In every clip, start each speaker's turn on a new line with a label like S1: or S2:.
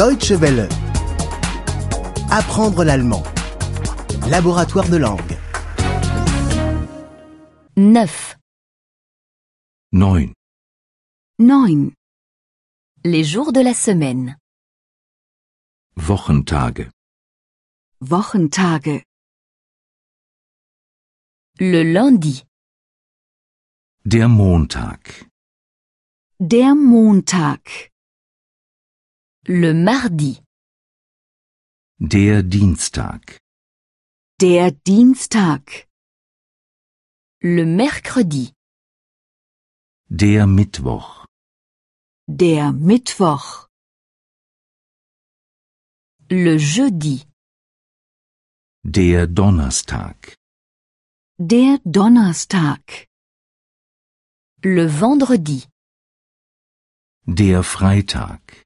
S1: Deutsche Welle. Apprendre l'allemand. Laboratoire de langue.
S2: 9.
S3: 9.
S2: 9. Les jours de la semaine.
S3: Wochentage.
S2: Wochentage. Le lundi.
S3: Der Montag.
S2: Der Montag. Le mardi.
S3: Der Dienstag.
S2: Der Dienstag. Le mercredi.
S3: Der Mittwoch.
S2: Der Mittwoch. Le jeudi.
S3: Der Donnerstag.
S2: Der Donnerstag. Le vendredi.
S3: Der Freitag.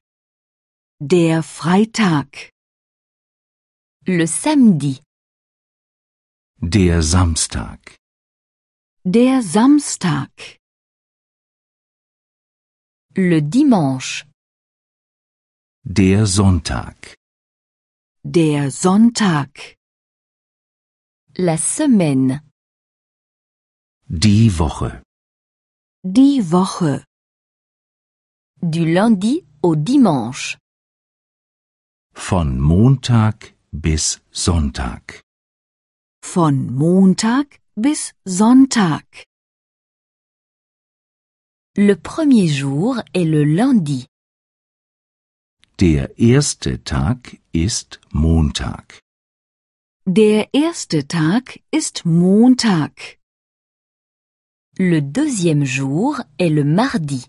S2: Der Freitag. Le samedi.
S3: Der Samstag.
S2: Der Samstag. Le dimanche.
S3: Der Sonntag.
S2: Der Sonntag. La semaine.
S3: Die Woche.
S2: Die Woche. Du lundi au dimanche.
S3: Von Montag bis Sonntag.
S2: Von Montag bis Sonntag. Le premier jour est le lundi.
S3: Der erste Tag ist Montag.
S2: Der erste Tag ist Montag. Le deuxième jour est le mardi.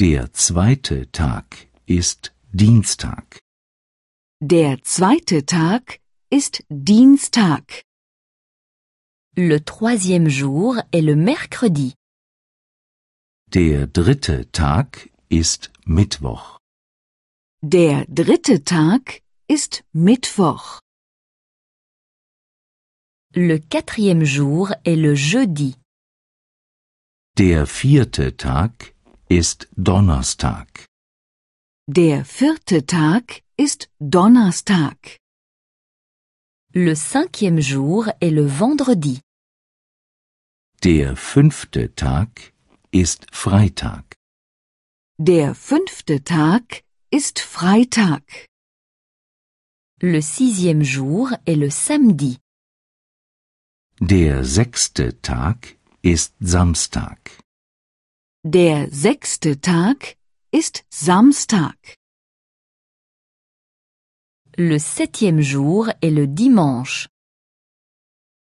S3: Der zweite Tag ist Dienstag.
S2: Der zweite Tag ist Dienstag. Le troisième jour est le mercredi.
S3: Der dritte Tag ist Mittwoch.
S2: Der dritte Tag ist Mittwoch. Le quatrième jour est le jeudi.
S3: Der vierte Tag ist Donnerstag.
S2: Der vierte Tag ist Donnerstag. Le cinquième jour est le vendredi.
S3: Der fünfte Tag ist Freitag.
S2: Der fünfte Tag ist Freitag. Le sixième jour est le samedi.
S3: Der sechste Tag ist Samstag.
S2: Der sechste Tag ist Samstag. Le septième jour est le dimanche.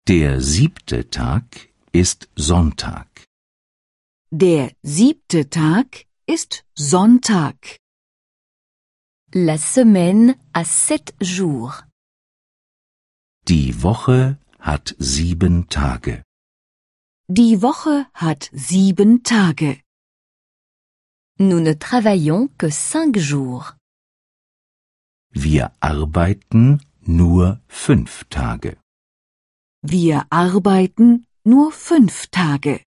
S3: Der siebte Tag ist Sonntag.
S2: Der siebte Tag ist Sonntag. La semaine a sept jours.
S3: Die Woche hat sieben Tage.
S2: Die Woche hat sieben Tage. Nous ne travaillons que cinq jours.
S3: Wir arbeiten nur fünf Tage.
S2: Wir arbeiten nur fünf Tage.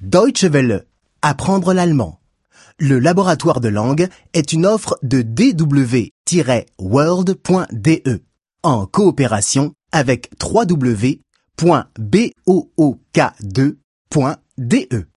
S1: Deutsche Welle. Apprendre l'allemand. Le laboratoire de langue est une offre de dw-world.de e, en coopération avec www.book2.de.